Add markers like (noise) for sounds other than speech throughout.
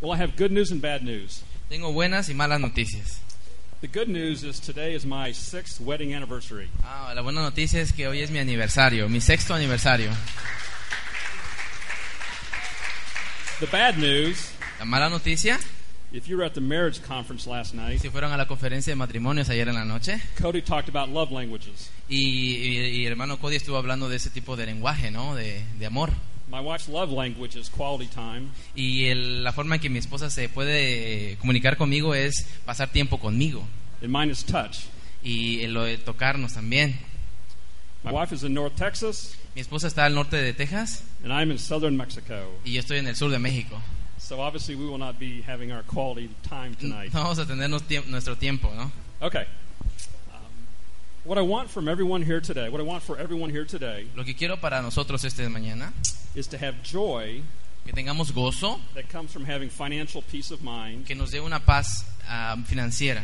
Well, I have good news and bad news. Tengo buenas y malas noticias. The good news is today is my sixth wedding anniversary. Ah, la buena noticia es que hoy es mi aniversario, mi sexto aniversario. The bad news, La mala noticia, if you were at the marriage conference last night, si fueron a la conferencia de matrimonios ayer en la noche Cody talked about love languages. y, y- y el hermano Cody estuvo hablando de ese tipo de lenguaje, ¿no? De, de amor. My wife's love language is quality time, Y el- la forma en que mi esposa se puede comunicar conmigo es pasar tiempo conmigo and mine is touch. y lo de tocarnos también. My wife is in North Texas, Mi esposa está al norte de Texas and I'm in southern Mexico. y yo estoy en el sur de México. So obviously, we will not be having our quality time tonight. Vamos a tener nos tiemp- nuestro tiempo, ¿no? Okay. Um, what I want from everyone here today, what I want for everyone here today, Lo que quiero para nosotros este mañana, is to have joy que tengamos gozo, that comes from having financial peace of mind, que nos dé una paz ah, financiera,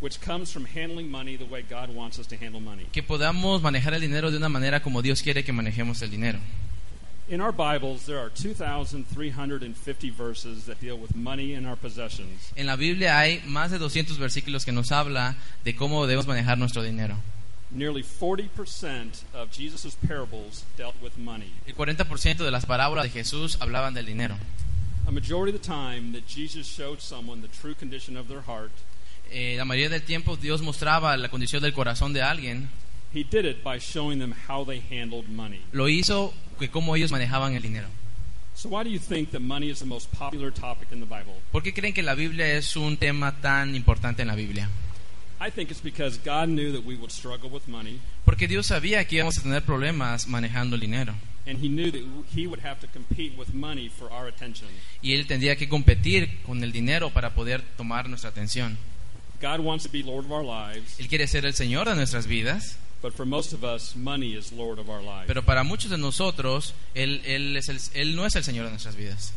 which comes from handling money the way God wants us to handle money. que podamos manejar el dinero de una manera como Dios quiere que manejemos el dinero. In our Bibles, there are 2,350 verses that deal with money and our possessions. En la Biblia hay más de 200 versículos que nos habla de cómo debemos manejar nuestro dinero. Nearly 40% of Jesus' parables dealt with money. El 40% de las parábolas de Jesús hablaban del dinero. A majority of the time that Jesus showed someone the true condition of their heart, Eh, la mayoría del tiempo Dios mostraba la condición del corazón de alguien. he did it by showing them how they handled money. Lo hizo que cómo ellos manejaban el dinero. So, why do you think that money is the most popular topic in the Bible? ¿Por qué creen que la Biblia es un tema tan importante en la Biblia? I think it's because God knew that we would struggle with money, Porque Dios sabía que íbamos a tener problemas manejando el dinero. and He knew that He would have to compete with money for our attention. Y Él tendría que competir con el dinero para poder tomar nuestra atención. God wants to be Lord of our lives, Él quiere ser el Señor de nuestras vidas, but for most of us, money is Lord of our lives. pero para muchos de nosotros, Él, él, es el- él no es el Señor de nuestras vidas.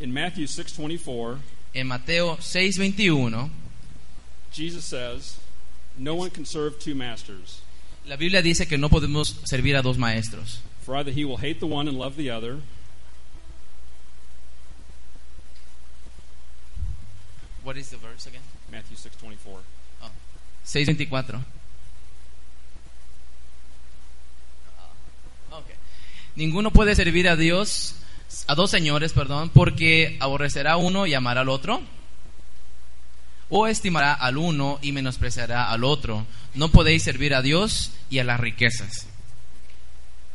In Matthew 6:24, En Mateo 6:21, Jesus says, "No one can serve two masters, la Biblia dice que no podemos servir a dos maestros. for either he will hate the one and love the other, What is the verse again? Matthew 6:24. 6:24. Okay. Ah, Ninguno puede servir a Dios, a dos señores, perdón, porque aborrecerá a uno y amará al otro, o estimará al uno y menospreciará al otro. No podéis servir a Dios y a las riquezas.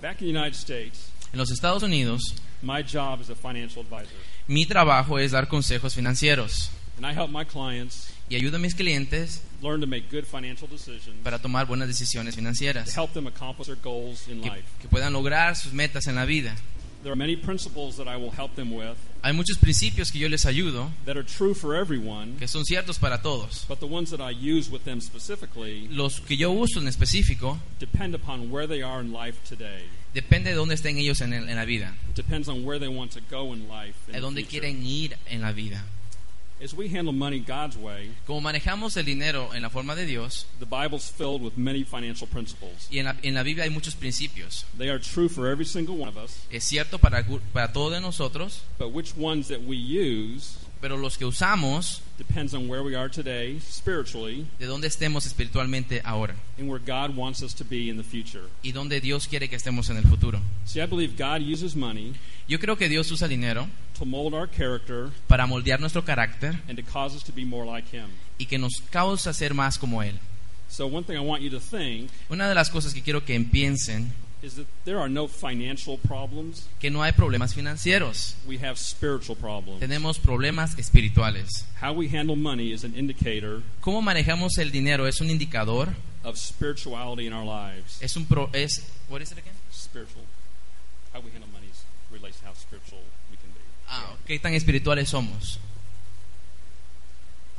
Back in the United States, En los Estados Unidos, my job is a financial advisor, mi trabajo es dar consejos financieros and I help my clients y ayudo a mis clientes learn to make good financial decisions para tomar buenas decisiones to financieras help them accomplish their goals in que, life. que puedan lograr sus metas en la vida. There are many principles that I will help them with Hay muchos principios que yo les ayudo that are true for everyone, que son ciertos para todos. but the ones that I use with them specifically Los que yo uso en específico depend upon where they are in life today. depende de dónde estén ellos en, el- en la vida, It depends on where they want to go in life. in de the dónde future. quieren ir en la vida. As we handle money God's way, Como manejamos el dinero en la forma de Dios, the Bible's filled with many financial principles. y en la, en la Biblia hay muchos principios, They are true for every single one of us, es cierto para, algu- para todos de nosotros, but which ones that we use pero los que usamos, depends on where we are today spiritually de dónde estemos espiritualmente ahora and where God wants us to be in the future. y dónde Dios quiere que estemos en el futuro. See, I believe God uses money Yo creo que Dios usa el dinero to mold our character para moldear nuestro carácter and to cause us to be more like Him. y que nos causa ser más como Él. So, one thing I want you to think Una de las cosas que quiero que piensen is that there are no financial problems, que no hay problemas financieros, we have spiritual problems. tenemos problemas espirituales. How we handle money is an indicator ¿Cómo manejamos el dinero? Es un indicador, of spirituality in our lives. es un pro, es what is it again? Spiritual. How we handle money is, relates to how spiritual we can be. Ah, qué tan espirituales somos.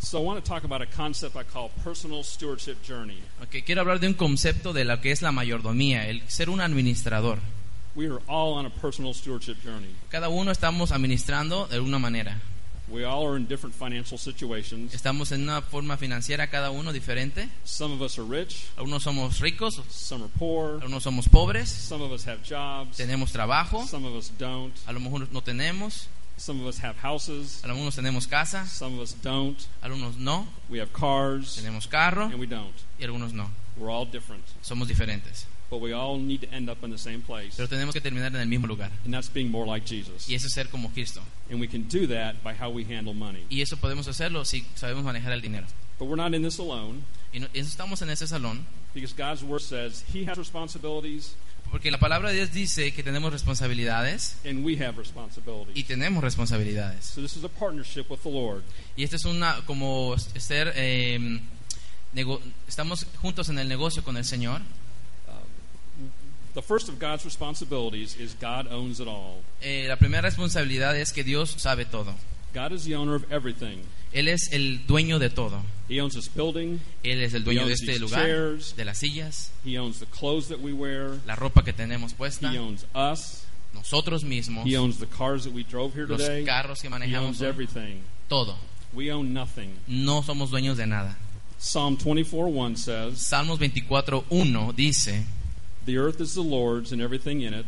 So, I want to talk about a concept I call personal stewardship journey. Ok, quiero hablar de un concepto de lo que es la mayordomía, el ser un administrador. We are all on a personal stewardship journey. Cada uno estamos administrando de alguna manera. We all are in different financial situations. Estamos en una forma financiera cada uno diferente. Some of us are rich, Algunos somos ricos, some are poor, algunos somos pobres, some of us have jobs, tenemos trabajo, some of us don't. a lo mejor no tenemos. Some of us have houses, Algunos tenemos casa, some of us don't. algunos no, We have cars, tenemos carro and we don't. y algunos no. We're all different, Somos diferentes, but we all need to end up in the same place, pero tenemos que terminar en el mismo lugar. and that's being more like Jesus. Y eso es ser como Cristo. And we can do that by how we handle money. Y eso podemos hacerlo si sabemos manejar el dinero. But we're not in this alone, Y no- eso estamos en ese salón, because God's Word says He has responsibilities, porque la palabra de Dios dice que tenemos responsabilidades and we have y responsibilities. tenemos responsabilidades. So this is a partnership with the Lord. Y esta es una, como ser, eh, nego- estamos juntos en el negocio con el Señor. The first of God's responsibilities is God owns it all. Eh, la primera responsabilidad es que Dios sabe todo. God is the owner of everything. Él es el dueño de todo. He owns this building. Él es el dueño de este lugar, de las sillas, He owns the clothes that we wear. la ropa que tenemos puesta, He owns us. nosotros mismos, He owns the cars that we drove here los today. carros que He manejamos, owns everything. todo. We own nothing. No somos dueños de nada. Psalm 24:1 says, Salmos 24.1 dice, "The earth is the Lord's and everything in it,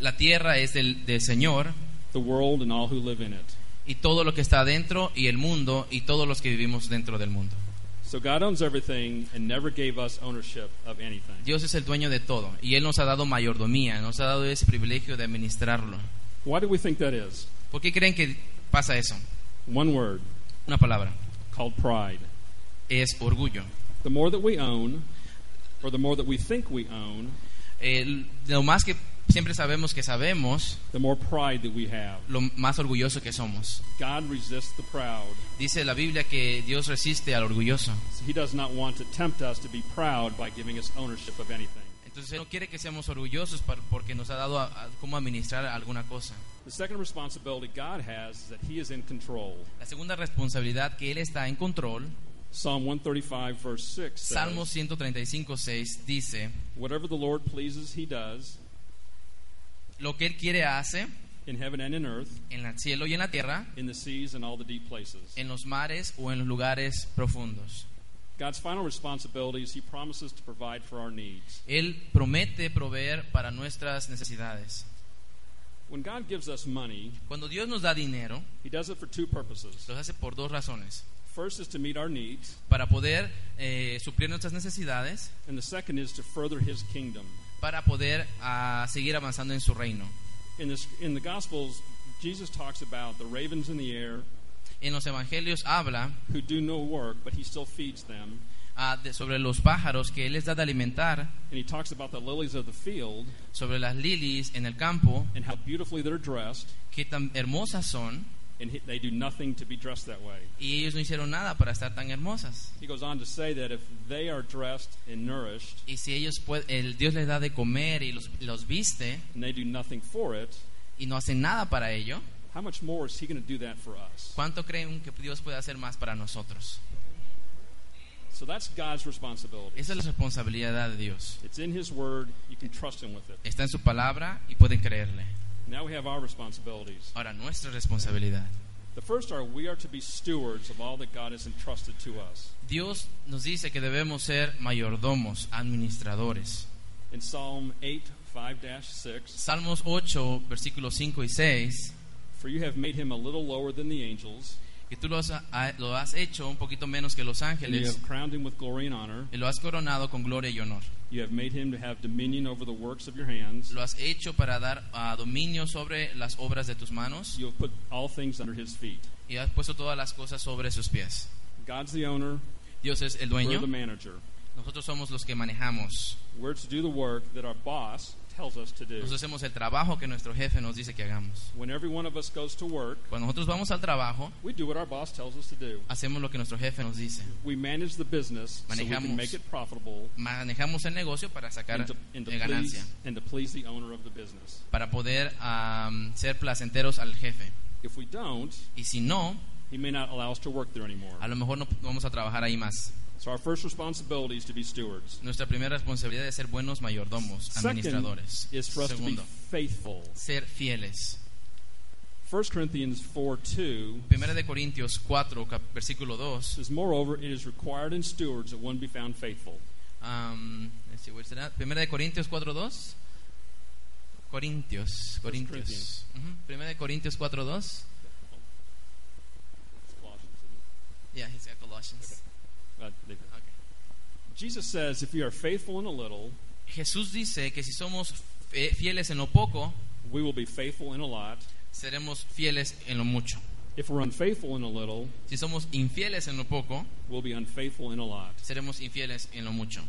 la tierra es del, del Señor the world and all who live in it." y todo lo que está dentro y el mundo y todos los que vivimos dentro del mundo. So God owns everything and never gave us ownership of anything. Dios es el dueño de todo y Él nos ha dado mayordomía, nos ha dado ese privilegio de administrarlo. Why do we think that is? ¿Por qué creen que pasa eso? One word Una palabra, called pride. es orgullo. The more that we own, or the more that we think we own, Eh, lo más que siempre sabemos que sabemos, the more pride that we have. lo más orgulloso que somos. God resists the proud. Dice la Biblia que Dios resiste al orgulloso. He does not want to tempt us to be proud by giving us ownership of anything. Entonces Él no quiere que seamos orgullosos par- porque nos ha dado a- a cómo administrar alguna cosa. The second responsibility God has is that He is in control. La segunda responsabilidad que Él está en control, Psalm 135, verse 6 says, Salmo 135, 6 dice, Whatever the Lord pleases, He does, lo que Él quiere hace in heaven and in earth, en el cielo y en la tierra, in the seas and all the deep places. en los mares o en los lugares profundos. God's final responsibility is He promises to provide for our needs. Él promete proveer para nuestras necesidades. When God gives us money, Cuando Dios nos da dinero, He does it for two purposes. los hace por dos razones. First is to meet our needs, Para poder eh, suplir nuestras necesidades, and the second is to further His kingdom. para poder ah, seguir avanzando en su reino. In, this, in the Gospels, Jesus talks about the ravens in the air En los evangelios habla who do no work, but He still feeds them. ah, de- sobre los pájaros que Él les da de alimentar, And He talks about the lilies of the field sobre las lilies en el campo, and how beautifully they're dressed, que tan hermosas son, and he, they do nothing to be dressed that way. y ellos no hicieron nada para estar tan hermosas. He goes on to say that if they are dressed and nourished, Y si ellos pue- el Dios les da de comer y los, los viste and they do nothing for it, y no hacen nada para ello, how much more is He going to do that for us? ¿cuánto creen que Dios puede hacer más para nosotros? So that's God's responsibility. Esa es la responsabilidad de Dios. It's in His Word. You can trust Him with it. Está en su palabra y pueden creerle. Now we have our responsibilities. Ahora, nuestra responsabilidad. The first are we are to be stewards of all that God has entrusted to us. Dios nos dice que debemos ser mayordomos, administradores. In Psalm 8, 5 6, Salmos 8, versículos 5 y 6, for you have made him a little lower than the angels, que tú lo has, ha- lo has hecho un poquito menos que los and you ángeles have crowned him with glory and honor. y lo has coronado con gloria y honor. You have made him to have dominion over the works of your hands. Lo has hecho para dar ah, dominio sobre las obras de tus manos You have put all things under his feet. y has puesto todas las cosas sobre sus pies. God's the owner, Dios es el we're dueño, the manager. nosotros somos los que manejamos. We're to do the work that our boss tells us to do. Nosotros hacemos el trabajo que nuestro jefe nos dice que hagamos. When every one of us goes to work, Cuando nosotros vamos al trabajo, we do what our boss tells us to do. hacemos lo que nuestro jefe nos dice. We manage the business so we Manejamos. can make it profitable Manejamos el negocio para sacar and to, and to eh, please, ganancia, and to please the owner of the business. para poder am, ser placenteros al jefe. If we don't, Y si no, he may not allow us to work there anymore. a lo mejor no vamos a trabajar ahí más. So our first responsibility is to be stewards. Nuestra primera responsabilidad es ser buenos mayordomos, Second administradores. is for us to be Segundo, faithful. ser fieles. 1 Corinthians 4 2 Primera de Corintios 4, cap- versículo 2. says, Moreover, it is required in stewards that one be found faithful. am, let's see, where is it at? Primera de Corintios 4, 2. Corintios, Corintios. Corinthians. Ujú, Primera de Corintios 4.2. It's Colossians, isn't Yeah, he's got Colossians. it? Uh, leave it. Okay. Jesus says, if you are faithful in a little, Jesús dice que si somos fe- fieles en lo poco, we will be faithful in a lot. seremos fieles en lo mucho. If we're unfaithful in a little, Si somos infieles en lo poco, we'll be unfaithful in a lot. seremos infieles en lo mucho.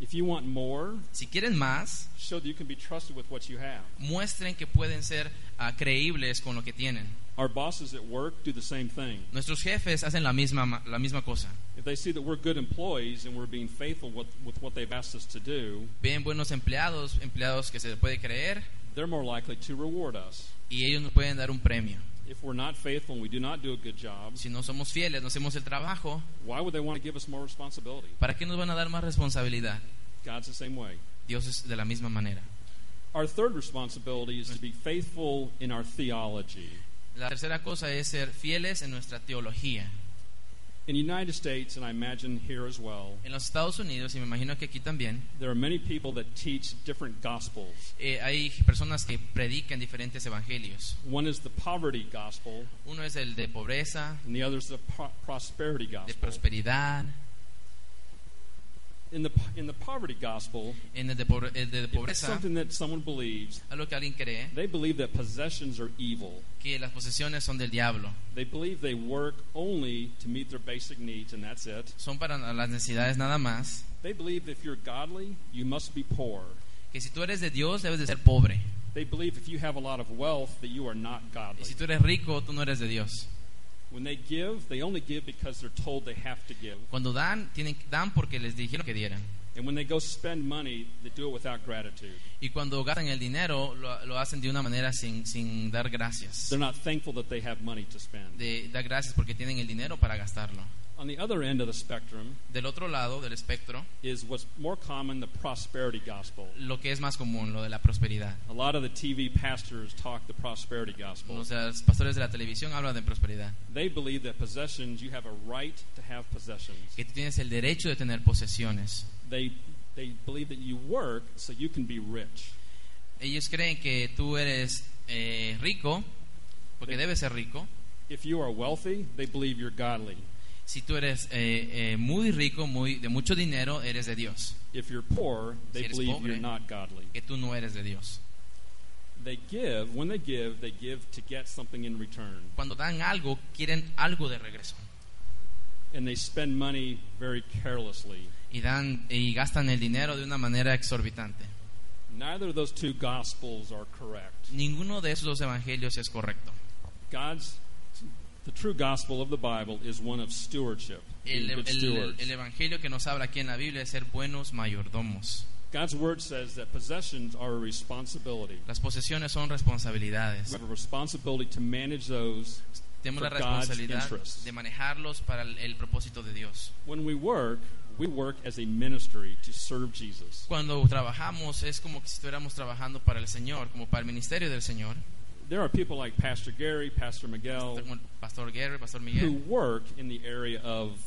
If you want more, Si quieren más, show that you can be trusted with what you have. muestren que pueden ser ah, creíbles con lo que tienen. Our bosses at work do the same thing. Nuestros jefes hacen la misma, ma- la misma cosa. If they see that we're good employees and we're being faithful with, with what they've asked us to do, Ven buenos empleados, empleados que se les puede creer, they're more likely to reward us. y ellos nos pueden dar un premio. If we're not faithful and we do not do a good job, Si no somos fieles, no hacemos el trabajo, why would they want to give us more responsibility? ¿para qué nos van a dar más responsabilidad? God's the same way. Dios es de la misma manera. Our third responsibility is to be faithful in our theology. La tercera cosa es ser fieles en nuestra teología. In the United States, and I imagine here as well, En los Estados Unidos, y me imagino que aquí también, there are many people that teach different gospels. eh, hay personas que predican diferentes evangelios. One is the poverty gospel, Uno es el de pobreza, and the other is the pro- prosperity de gospel. prosperidad. In the, in the poverty gospel, En el de, pobre- el if de it's pobreza, something that someone believes, algo que alguien cree, they believe that possessions are evil. que las posesiones son del diablo. They believe they work only to meet their basic needs, and that's it. Son para las necesidades nada más. They believe if you're godly, you must be poor. Que si tú eres de Dios, debes de ser pobre. They believe if you have a lot of wealth, that you are not Y godly. si tú eres rico, tú no eres de Dios. When they give, they only give because they're told they have to give. Cuando dan, tienen, dan porque les dijeron que dieran. And when they go spend money, they do it without gratitude. Y cuando gastan el dinero, lo, lo hacen de una manera sin, sin dar gracias. They're not thankful that they have money to spend. De, dar gracias porque tienen el dinero para gastarlo. On the other end of the spectrum Del otro lado del espectro, is what's more common the prosperity gospel. lo que es más común, lo de la prosperidad. A lot of the TV pastors talk the prosperity gospel. Los, de los pastores de la televisión hablan de prosperidad. They believe that possessions, you have a right to have possessions. Que tú tienes el derecho de tener posesiones. They, they believe that you work so you can be rich. Ellos creen que tú eres eh, rico, porque debes ser rico. If you are wealthy, they believe you're godly. Si tú eres eh, eh, muy rico, muy, de mucho dinero, eres de Dios. If you're poor, they Si eres believe pobre. you're not godly. Que tú no eres de Dios. They give, when they give, they give to get something in return. Cuando dan algo, quieren algo de regreso. And they spend money very carelessly. y dan y gastan el dinero de una manera exorbitante. Neither of those two gospels are correct. Ninguno de esos dos evangelios es correcto. God's, the true gospel of the Bible is one of stewardship. El, being good el- stewards. el evangelio que nos habla aquí en la Biblia es ser buenos mayordomos. God's word says that possessions are a responsibility. Las posesiones son We responsabilidades. have a responsibility to manage those. Tenemos la For God's responsabilidad interests. de manejarlos para el, el propósito de Dios. When we work, we work as a ministry to serve Jesus. Cuando trabajamos es como que si estuviéramos trabajando para el Señor, como para el ministerio del Señor, There are people like Pastor Gary, Pastor Miguel, como el pastor Guerrero, pastor Oh. who Miguel, work in the area of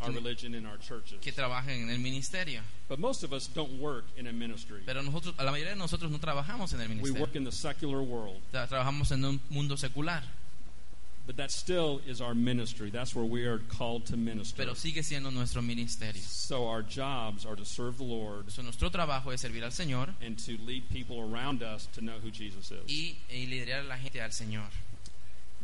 our religion in our churches. que trabajan en el ministerio. But most of us don't work in a ministry. Pero nosotros, a la mayoría de nosotros no trabajamos en el We ministerio. work in the secular world. Tra- Trabajamos en un mundo secular. But that still is our ministry. That's where we are called to minister. pero sigue siendo nuestro ministerio. So our jobs are to serve the Lord So, nuestro trabajo es servir al Señor and to lead people around us to know who Jesus is. y, y liderar a la gente al Señor.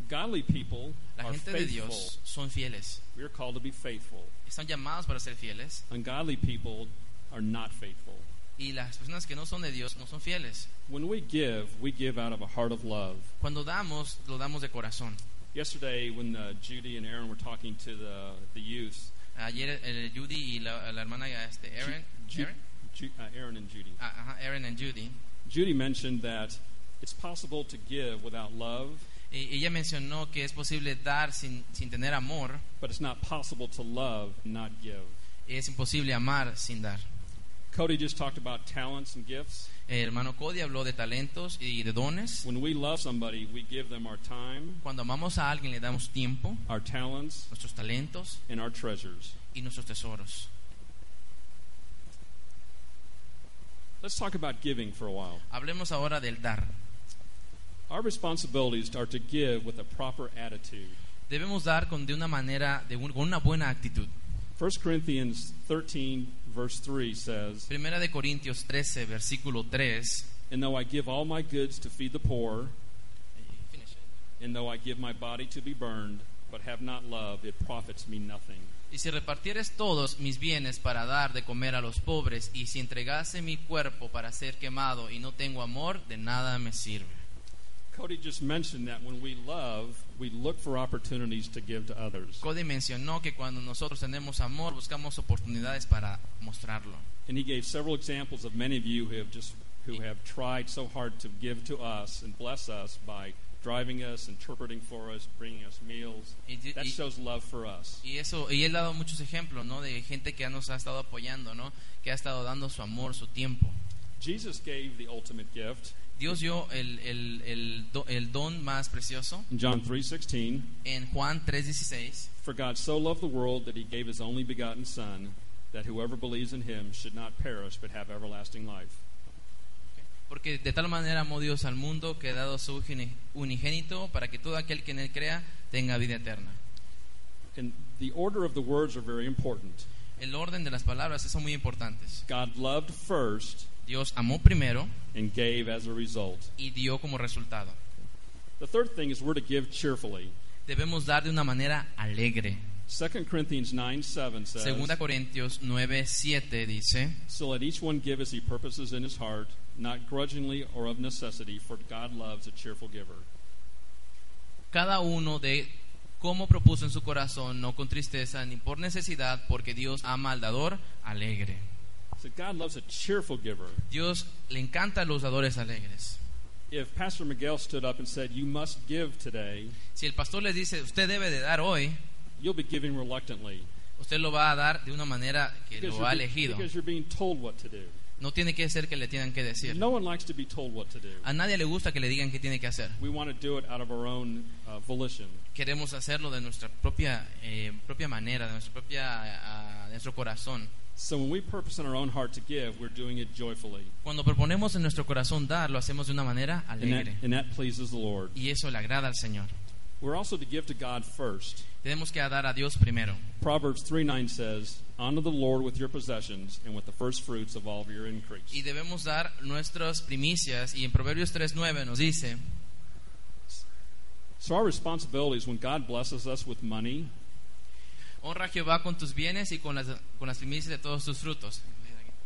Godly people La are gente de faithful. Dios son fieles, We are called to be faithful. están llamados para ser fieles Ungodly people are not faithful. y las personas que no son de Dios no son fieles. When we give, we give out of a heart of love. Cuando damos, lo damos de corazón. Yesterday, when uh, Judy and Aaron were talking to the the youth, Ayer eh, Judy y la, la hermana este, Aaron, Ju- Aaron? Ju- uh, Aaron and Judy, Ah, ajá, Aaron and Judy, Judy mentioned that it's possible to give without love, e- ella mencionó que es posible dar sin, sin tener amor, but it's not possible to love and not give. es imposible amar sin dar. Cody just talked about talents and gifts. El hermano Cody habló de talentos y de dones. When we love somebody, we give them our time, Cuando amamos a alguien le damos tiempo, our talents, nuestros talentos and our treasures. y nuestros tesoros. Let's talk about giving for a while. Hablemos ahora del dar. Our responsibilities are to give with a proper attitude. Debemos dar con, de una manera, de un- con una buena actitud. 1 Corinthians 13, verse 3 says, Primera de Corintios 13, versículo 3. And though I give all my goods to feed the poor, and though I give my body to be burned, but have not love, it profits me nothing. Y si repartieres todos mis bienes para dar de comer a los pobres, y si entregase mi cuerpo para ser quemado y no tengo amor, de nada me sirve. Cody just mentioned that when we love, we look for opportunities to give to others. Cody mencionó que cuando nosotros tenemos amor, buscamos oportunidades para mostrarlo. And he gave several examples of many of you who have just who have tried so hard to give to us and bless us by driving us, interpreting for us, bringing us meals. Y, di- That y- shows love for us. y eso, y él ha dado muchos ejemplos, ¿no? De gente que nos ha estado apoyando, ¿no? Que ha estado dando su amor, su tiempo. Jesus gave the ultimate gift Dios dio el, el- el do- el don más precioso in John 3:16, en Juan 3:16. for God so loved the world that he gave his only begotten son that whoever believes in him should not perish but have everlasting life. Porque de tal manera amó Dios al mundo que ha dado su uni- unigénito para que todo aquel que en él crea tenga vida eterna. And the order of the words are very important. El orden de las palabras son muy importantes. God loved first Dios amó primero and gave as a result. y dio como resultado. The third thing is we're to give cheerfully. Debemos dar de una manera alegre. 2 Corinthians 9 7 says, Segunda Corintios 9:7 dice, So let each one give as he purposes in his heart, not grudgingly or of necessity, for God loves a cheerful giver. cada uno de como propuso en su corazón, no con tristeza ni por necesidad, porque Dios ama al dador alegre. So God loves a cheerful giver. Dios le encanta a los dadores alegres. If Pastor Miguel stood up and said, You must give today, Si el pastor les dice, usted debe de dar hoy, you'll be giving reluctantly. usted lo va a dar de una manera que Because lo you're, ha be- elegido. because you're being told what to do. No tiene que ser que le tengan que decir. No one likes to be told what to do. A nadie le gusta que le digan qué tiene que hacer. We want to do it out of our own uh, volition. Queremos hacerlo de nuestra propia eh, propia manera, de nuestra propia ah, de nuestro corazón. So when we purpose in our own heart to give, we're doing it joyfully. Cuando proponemos en nuestro corazón dar, lo hacemos de una manera And that, alegre and that pleases the Lord. y eso le agrada al Señor. We're also to give to God first. Tenemos que dar a Dios primero. Proverbs 3 9 says, Honor the Lord with your possessions and with the first fruits of all of your Y increase. debemos dar nuestras primicias y en Proverbios 3:9 nos dice, So, our responsibility is when God blesses us with money, honra a Jehová con tus bienes y con las con las primicias de todos tus frutos.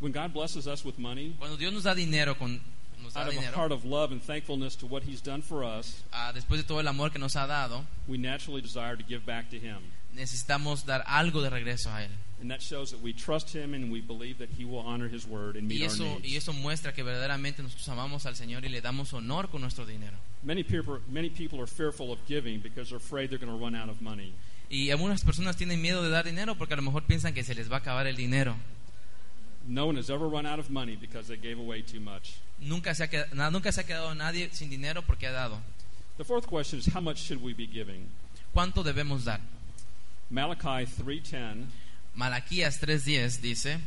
when God blesses us with money, Cuando Dios nos da dinero con nos da out of a dinero, heart of love and thankfulness to what He's done for us, ah, después de todo el amor que nos ha dado, we naturally desire to give back to Him. necesitamos dar algo de regreso a Él. And that shows that we trust Him and we believe that He will honor His word and meet Y eso, our needs. y eso muestra que verdaderamente nosotros amamos al Señor y le damos honor con nuestro dinero. Many, people, many people are fearful of giving because they're afraid they're going to run out of money. Y algunas personas tienen miedo de dar dinero porque a lo mejor piensan que se les va a acabar el dinero. No one has ever run out of money because they gave away too much. Nunca se ha quedado, nunca se ha quedado nadie sin dinero porque ha dado. The fourth question is how much should we be giving? ¿Cuánto debemos dar? Malachi 3:10 Malaquías 3:10 dice,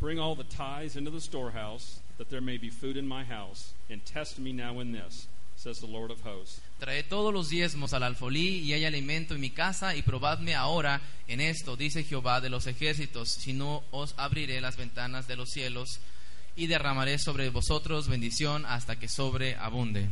Bring all the tithes into the storehouse that there may be food in my house and test me now in this says the Lord of hosts trae todos los diezmos al alfolí y hay alimento en mi casa y probadme ahora en esto, dice Jehová de los ejércitos, si no os abriré las ventanas de los cielos y derramaré sobre vosotros bendición hasta que sobreabunde.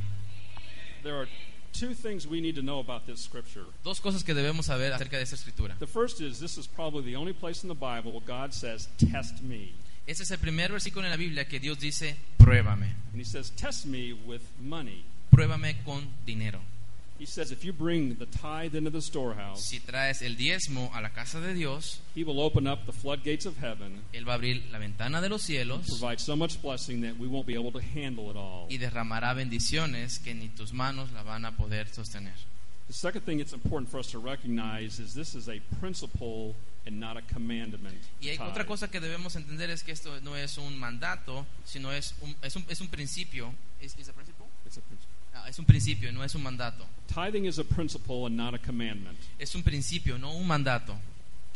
There are two things we need to know about this scripture. Dos cosas que debemos saber acerca de esta escritura. The first is this is probably the only place in the Bible where God says test me. Este es el primer versículo en la Biblia que Dios dice, pruébame, And he says test me with money. pruébame con dinero. He says if you bring the tithe into the storehouse Si traes el diezmo a la casa de Dios, he will open up the floodgates of heaven Él va a abrir la ventana de los cielos provide so much blessing that we won't be able to handle it all. y derramará bendiciones que ni tus manos la van a poder sostener. The second thing it's important for us to recognize is this is a principle and not a commandment. Y hay tithe. otra cosa que debemos entender es que esto no es un mandato, sino es un, es un, es un principio. ¿Es, es el principio? It's a principle. Ah, es un principio, no es un mandato. Tithing is a principle and not a commandment. Es un principio, no un mandato.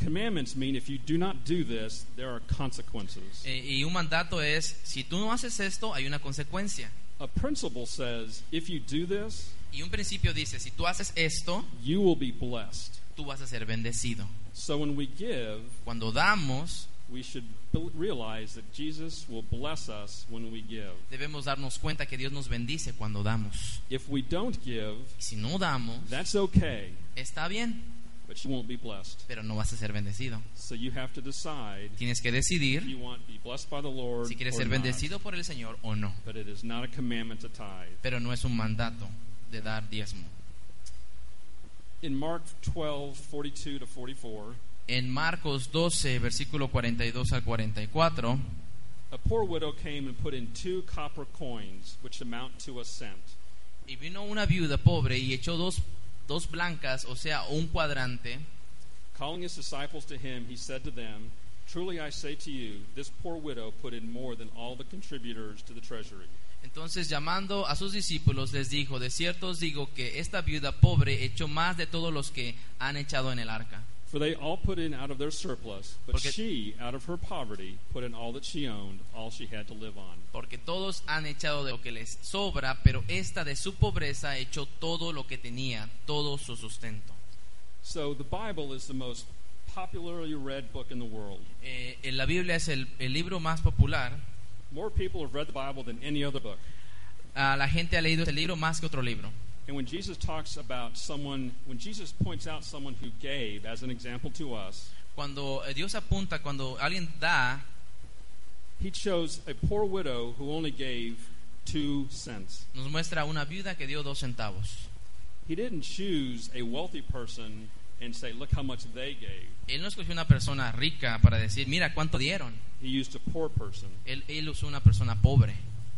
Commandments mean if you do not do this, there are consequences. Eh, Y un mandato es, si tú no haces esto, hay una consecuencia. A principle says if you do this, Y un principio dice, si tú haces esto, you will be blessed. tú vas a ser bendecido. So when we give, Cuando damos, we should bel- realize that Jesus will bless us when we give. debemos darnos cuenta que Dios nos bendice cuando damos. If we don't give, Y si no damos, that's okay, está bien, but you won't be blessed. pero no vas a ser bendecido. So you have to decide Tienes que if decidir you want to be blessed by the Lord si quieres or ser not. bendecido por el Señor o no. But it is not a commandment to tithe. Pero no es un mandato de dar diezmo. In Mark 12, 42 to 44, En Marcos 12, versículo 42 al 44, a poor widow came and put in two copper coins, which amount to a cent. y vino una viuda pobre y echó dos, dos blancas, o sea, un cuadrante, Calling his disciples to him, he said to them, Truly I say to you, this poor widow put in more than all the contributors to the treasury. Entonces llamando a sus discípulos les dijo, de cierto os digo que esta viuda pobre echó más de todos los que han echado en el arca, For they all put in out of their surplus, but Porque- she, out of her poverty, put in all that she owned, all she had to live on. porque todos han echado de lo que les sobra, pero esta de su pobreza echó todo lo que tenía, todo su sustento. So the Bible is the most popularly read book in the world. Eh, en la Biblia es el, el libro más popular. More people have read the Bible than any other book. Ah, la gente ha leído este libro más que otro libro. And when Jesus talks about someone, when Jesus points out someone who gave as an example to us, Cuando eh, Dios apunta, cuando alguien da, he chose a poor widow who only gave two cents. nos muestra una viuda que dio dos centavos. He didn't choose a wealthy person and say, look how much they gave. Él no escogió una persona rica para decir, mira cuánto dieron. He used a poor person. Él, él usó una persona pobre.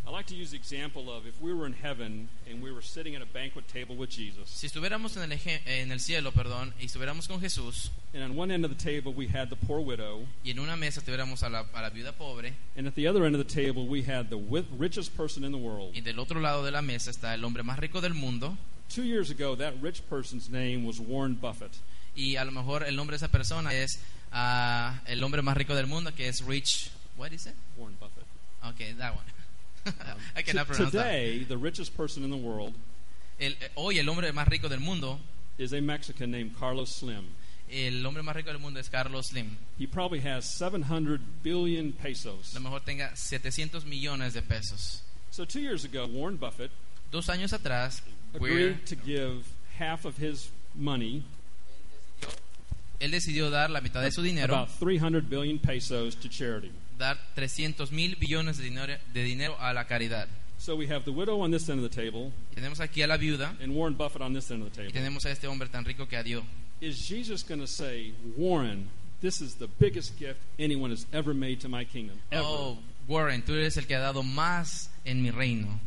I like to use the example of if we were in heaven and we were sitting at a banquet table with Jesus, Si estuviéramos en el, eje- en el cielo, perdón, y estuviéramos con Jesús, and on one end of the table we had the poor widow, y en una mesa tuviéramos a la, a la viuda pobre, and at the other end of the table we had the wi- richest person in the world. y del otro lado de la mesa está el hombre más rico del mundo, Two years ago, that rich person's name was Warren Buffett. y a lo mejor el nombre de esa persona es ah, el hombre más rico del mundo, que es Rich. What is it? Warren Buffett. Okay, that one. (laughs) I cannot T- pronounce that. today, the richest person in the world El- eh, hoy el hombre más rico del mundo, is a Mexican named Carlos Slim. el hombre más rico del mundo es Carlos Slim. He probably has 700 billion A pesos. lo mejor tenga 700 millones de pesos. So, two years ago, Warren Buffett Dos años atrás, Greer- agreed to give half of his money, él decidió dar la mitad de su dinero about 300 billion pesos, to charity. dar 300 mil billones de dinero, de dinero a la caridad. So, we have the widow on this end of the table Tenemos aquí a la viuda and Warren Buffett on this end of the y table. tenemos a este hombre tan rico que dio. Is Jesus going to say, Warren, this is the biggest gift anyone has ever made to my kingdom? Ever. Oh, Warren, tú eres el que ha dado más en mi reino.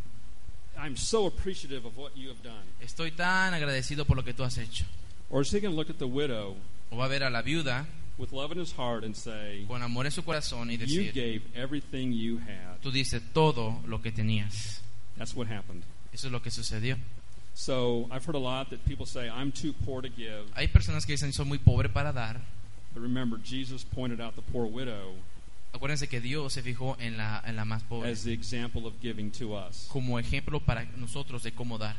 I'm so appreciative of what you have done. Estoy tan agradecido por lo que tú has hecho. Or is he going to look at the widow O va a ver a la viuda with love in his heart and say, con amor en su corazón y You decir, gave everything you had. tú dices todo lo que tenías. That's what happened. Eso es lo que sucedió. So I've heard a lot that people say, I'm too poor to give. Hay personas que dicen, soy muy pobre para dar. But remember, Jesus pointed out the poor widow Acuérdense que Dios se fijó en la, en la más pobre as the example of giving to us. como ejemplo para nosotros de cómo dar.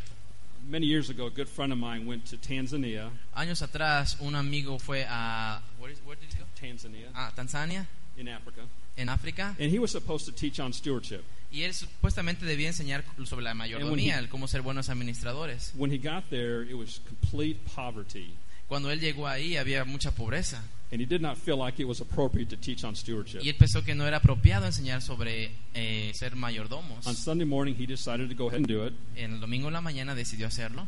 Many years ago, a good friend of mine went to Tanzania. Años atrás, un amigo fue a. where is- where did he go? Tanzania? Ah, Tanzania, In Africa. en África. And he was supposed to teach on stewardship. Y él supuestamente debía enseñar sobre la mayordomía, el cómo ser buenos administradores. When he got there, it was complete poverty. Cuando él llegó ahí, había mucha pobreza. And he did not feel like it was appropriate to teach on Y stewardship. él pensó que no era apropiado enseñar sobre eh, ser mayordomos. On Sunday morning, he decided to go ahead and do it. En el domingo en la mañana decidió hacerlo.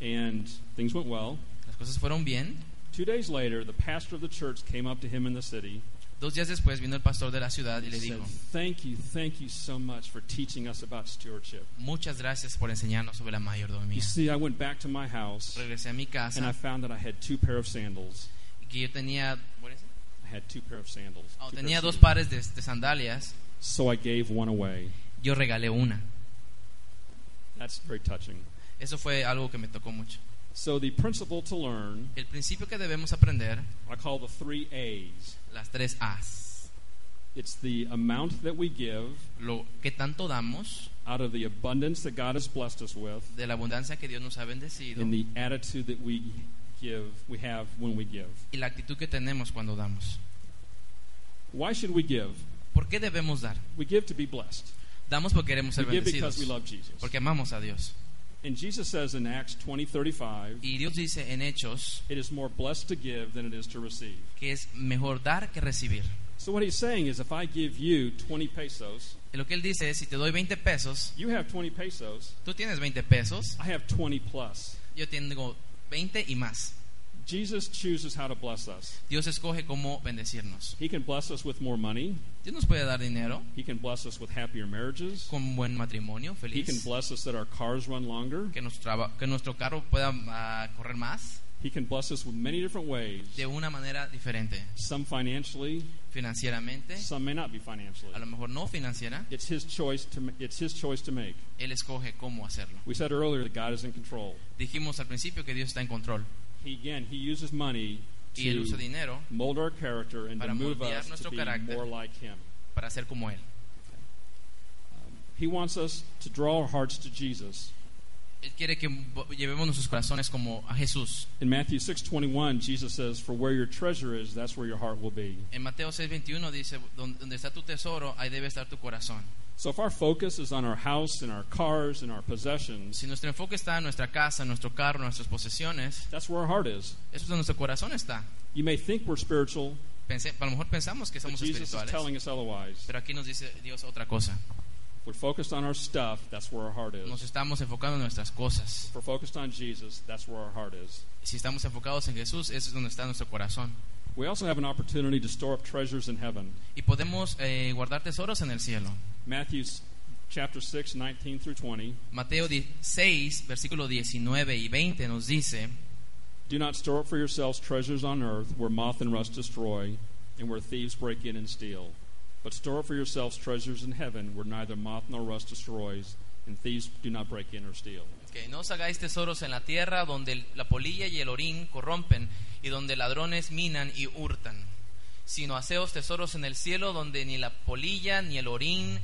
And things went well. Las cosas fueron bien. Two days later, the pastor of the church came up to him in the city Dos días después vino el pastor de la ciudad y and le said, dijo, Thank you, thank you so much for teaching us about stewardship. muchas gracias por enseñarnos sobre la You mayordomía. see, I went back to my house Regresé a mi and I casa found that I had two pair of sandals. y que yo tenía... what is it? I had two pair of sandals. Oh, two pair tenía of dos sandals. pares de, de sandalias. So I gave one away. Yo regalé una. That's very touching. Eso fue algo que me tocó mucho. So the principle to learn, El principio que debemos aprender, I call the three A's. las tres A's. It's the amount that we give Lo que tanto damos, out of the abundance that God has blessed us with, de la abundancia que Dios nos ha bendecido and the attitude that we give, we have when we give. y la actitud que tenemos cuando damos. Why should we give? ¿Por qué debemos dar? We give to be blessed. Damos porque queremos We ser give because we bendecidos, love Jesus. porque amamos a Dios. And Jesus says in Acts 20:35, Y Dios dice en Hechos it is more blessed to give than it is to receive. que es mejor dar que recibir. So what he's saying is if I give you 20 pesos, Lo que él dice es, si te doy 20 pesos, you have 20 pesos, tú tienes 20 pesos, I have 20 plus. yo tengo 20 y más. Jesus chooses how to bless us. Dios escoge cómo bendecirnos. He can bless us with more money. Dios nos puede dar dinero He can bless us with happier marriages. con buen matrimonio, He can feliz, bless us that our cars run longer. que, nos traba- que nuestro carro pueda ah, correr más He can bless us with many different ways. de una manera diferente, Some financially, financieramente, some may not be financially. a lo mejor no financiera, It's his choice to ma- it's his choice to make. él escoge cómo hacerlo. We said earlier that God is in control. Dijimos al principio que Dios está en control He again, he uses money y él to usa dinero mold our character and to Para move moldear us to nuestro be carácter. more like him. para ser como él. He wants us to draw our hearts to Jesus. Él quiere que vo- llevemos nuestros corazones como a Jesús. In Matthew 6:21, Jesus says, "For where your treasure is, that's where your heart will be." En Mateo 6:21 dice, "Don- donde está tu tesoro, ahí debe estar tu corazón. So if our focus is on our house and our cars and our possessions, Si nuestro enfoque está en nuestra casa, en nuestro carro, en nuestras posesiones, that's where our heart is. eso es donde nuestro corazón está. You may think we're spiritual, Pensé- a lo mejor pensamos que but somos Jesus is espirituales, telling us otherwise. pero aquí nos dice Dios otra cosa. If we're focused on our stuff, that's where our heart Nos is. estamos enfocando en nuestras cosas. If we're focused on Jesus, that's where our heart is. Si estamos enfocados en Jesús, eso es donde está nuestro corazón. We also have an opportunity to store up treasures in heaven. Y podemos eh, guardar tesoros en el cielo. Matthew s- chapter 6, 19 through 20. Mateo 6, versículo 19 y 20 nos dice, Do not store up for yourselves treasures on earth where moth and rust destroy and where thieves break in and steal. But store up for yourselves treasures in heaven where neither moth nor rust destroys and thieves do not break in or steal. Que no os hagáis tesoros en la tierra donde el- la polilla y el orín corrompen y donde ladrones minan y hurtan, sino haceos tesoros en el cielo donde ni la polilla ni el orín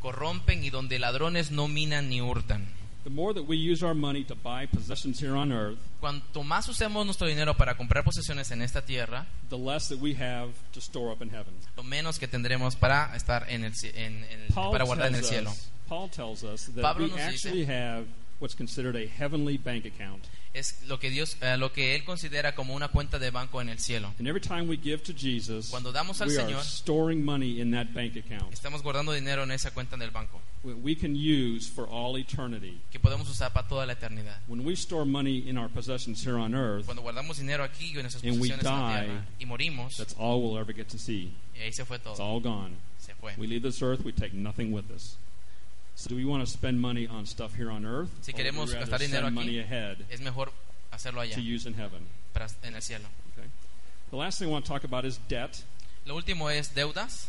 corrompen y donde ladrones no minan ni hurtan. The more that we use our money to buy possessions here on earth, Cuanto más usemos nuestro dinero para comprar posesiones en esta tierra, the less that we have to store up in heaven. lo menos que tendremos para estar en el, ci- en- en el- Paul, para guardar en el tells cielo. us, Paul tells us that Pablo we nos dice- actually have what's considered a heavenly bank account. Es lo que Dios, eh, lo que él considera como una cuenta de banco en el cielo. And every time we give to Jesus, Cuando damos al we are Señor- storing money in that bank account. Estamos guardando dinero en esa cuenta del banco that we can use for all eternity. que podemos usar para toda la eternidad. When we store money in our possessions here on earth, Cuando guardamos dinero aquí o en nuestras And we posesiones en la die. tierra y morimos, that's all we'll ever get to see. y ahí se fue It's todo. all gone. Se fue. We leave this earth, we take nothing with us. So, do we want to spend money on stuff here on earth? Si or would we queremos rather gastar dinero send aquí, money ahead Es mejor hacerlo allá, to use in heaven. para, en el cielo. Okay. The last thing I want to talk about is debt. Lo último es deudas.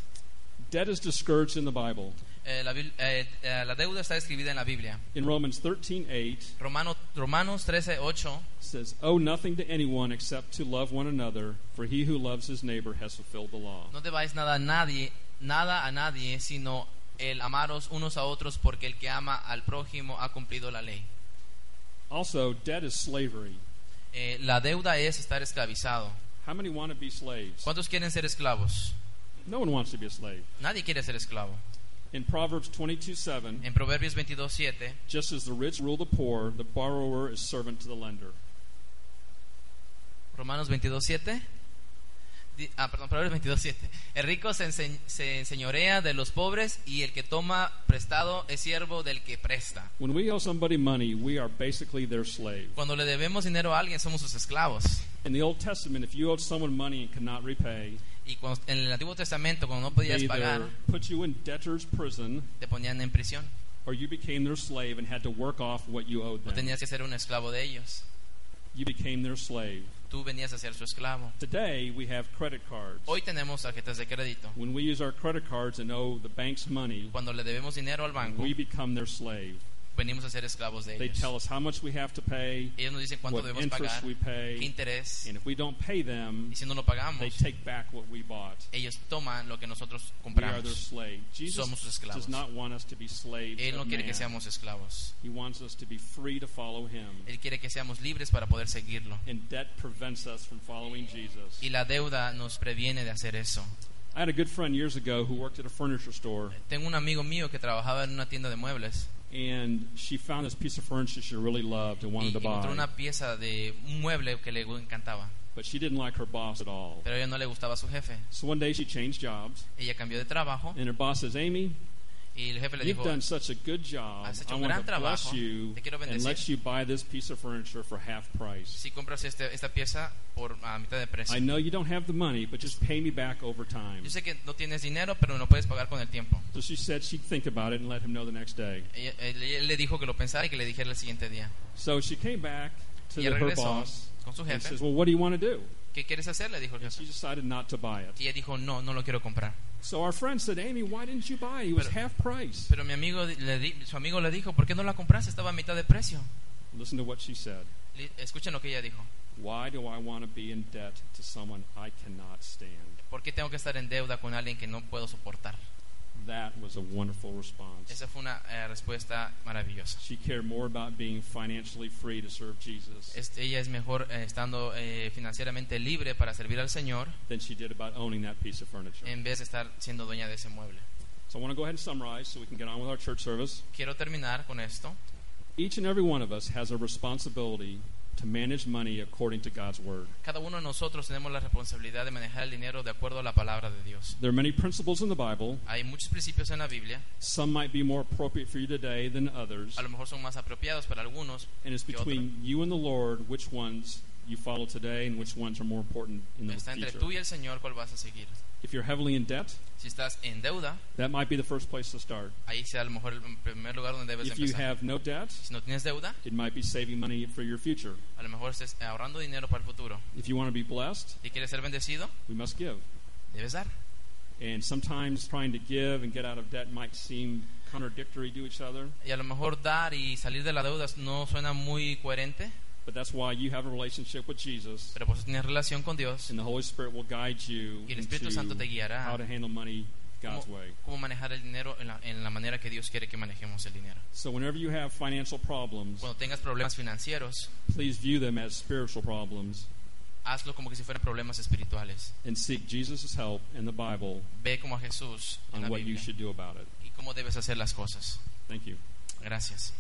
Debt is discouraged in the Bible. Eh, la, Bil- eh, eh, la deuda está describida en la Biblia. In Romans 13:8 Romano, Romanos 13, 8 says, "Owe nothing to anyone except to love one another, for he who loves his neighbor has fulfilled the law." No debáis nada a nadie, nada a nadie, sino el amaros unos a otros, porque el que ama al prójimo ha cumplido la ley. Also, debt is slavery. Eh, la deuda es estar esclavizado. How many want to be slaves? ¿Cuántos quieren ser esclavos? No one wants to be a slave. Nadie quiere ser esclavo. In Proverbs 22 7, En Proverbios 22, 7 just as the rich rule the poor, the borrower is servant to the lender. Romanos 22.7. Di- Ah, perdón, Proverbios 22.7. El rico se, ense- se enseñorea de los pobres y el que toma prestado es siervo del que presta. When we owe somebody money, we are basically their slave. Cuando le debemos dinero a alguien somos sus esclavos. In the Old Testament, if you owed someone money and could not repay, Y cuando- en el Antiguo Testamento, cuando no they podías pagar, either put you in debtor's prison te ponían en prisión. or you became their slave and had to work off what you owed O them. tenías que ser un esclavo de ellos. You became their slave. Tú venías a ser su esclavo. Today, we have credit cards. Hoy tenemos tarjetas de crédito. When we use our credit cards and owe the bank's money, Cuando le debemos dinero al banco, we become their slave. venimos a ser esclavos de They tell ellos. us how much we have to pay, Ellos nos dicen cuánto what debemos interest pagar, we qué pay, interés, and if we don't pay them, y si no lo they pagamos, take back what we bought. ellos toman lo que nosotros We are their compramos. slave. Somos Jesus esclavos. does not want us to be slaves Él no of quiere que man. seamos esclavos. He wants us to be free to follow him. Él quiere que seamos libres para poder seguirlo. And debt prevents us from following Jesus. Y la deuda nos previene de hacer eso. I had a good friend years ago who worked at a furniture store, Tengo un amigo mío que trabajaba en una tienda de muebles and she found this piece of furniture she really loved and y wanted to encontró buy. una pieza de un mueble que le encantaba, But she didn't like her boss at all. pero a ella no le gustaba a su jefe. So one day she changed jobs, Ella cambió de trabajo and her boss says, Amy, y el jefe le you've dijo, done such a good job. Has hecho I un want gran to bless trabajo. you Te quiero and bendecir." let you buy this piece of furniture for half price. si compras este- esta pieza por a mitad de precio. I know you don't have the money, but just pay me back over time. Yo sé que no tienes dinero, pero no puedes pagar con el tiempo. So she said she'd think about it and let him know the next day. Ella- él, él le dijo que lo pensara y que le dijera el siguiente día. So she came back to Ella the- her regresó boss con su and jefe. says, Well, what do you want to do? ¿Qué quieres hacer? Le dijo el And she jefe. decided not to buy it. Y ella dijo, no, no lo quiero comprar. So our friend said, Amy, why didn't you buy? It was Pero- half price. Pero mi amigo, di- le di- su amigo le dijo, ¿por qué no la compraste? Estaba a mitad de precio. Listen to what she said. Li- Escuchen lo que ella dijo. Why do I want to be in debt to someone I cannot stand? ¿Por qué tengo que estar en deuda con alguien que no puedo soportar? That was a wonderful response. Esa fue una eh, respuesta maravillosa. She cared more about being financially free to serve Jesus Este, ella es mejor eh, estando eh, financieramente libre para servir al Señor than she did about owning that piece of furniture. en vez de estar siendo dueña de ese mueble. So I want to go ahead and summarize so we can get on with our church service. Quiero terminar con esto. Each and every one of us has a responsibility to manage money according to God's word. Cada uno de nosotros tenemos la responsabilidad de manejar el dinero de acuerdo a la palabra de Dios. There are many principles in the Bible. Hay muchos principios en la Biblia, Some might be more appropriate for you today than others. a lo mejor son más apropiados para algunos, And it's que otros. between you and the Lord which ones you follow today and which ones are more important in the Está entre future. tú y el Señor cuál vas a seguir. If you're heavily in debt, Si estás en deuda, that might be the first place to start. ahí sea a lo mejor el primer lugar donde debes de If you empezar. have no debt, Si no tienes deuda, it might be saving money for your future. a lo mejor estés ahorrando dinero para el futuro. If you want to be blessed, Si quieres ser bendecido, we must give. debes dar. And sometimes trying to give and get out of debt might seem contradictory to each other, Y a lo mejor dar y salir de la deuda no suena muy coherente, but that's why you have a relationship with Jesus, pero por eso tienes relación con Dios, and the Holy Spirit will guide you Y el Espíritu Santo te into guiará. how to handle money God's Como- way. cómo manejar el dinero en la, en la manera que Dios quiere que manejemos el dinero. So whenever you have financial problems, Cuando tengas problemas financieros, please view them as spiritual problems hazlo como que si fueran problemas espirituales. and seek Jesus' help and the Bible Ve como a Jesús en on la what you Biblia should do about it. y cómo debes hacer las cosas. Thank you. Gracias.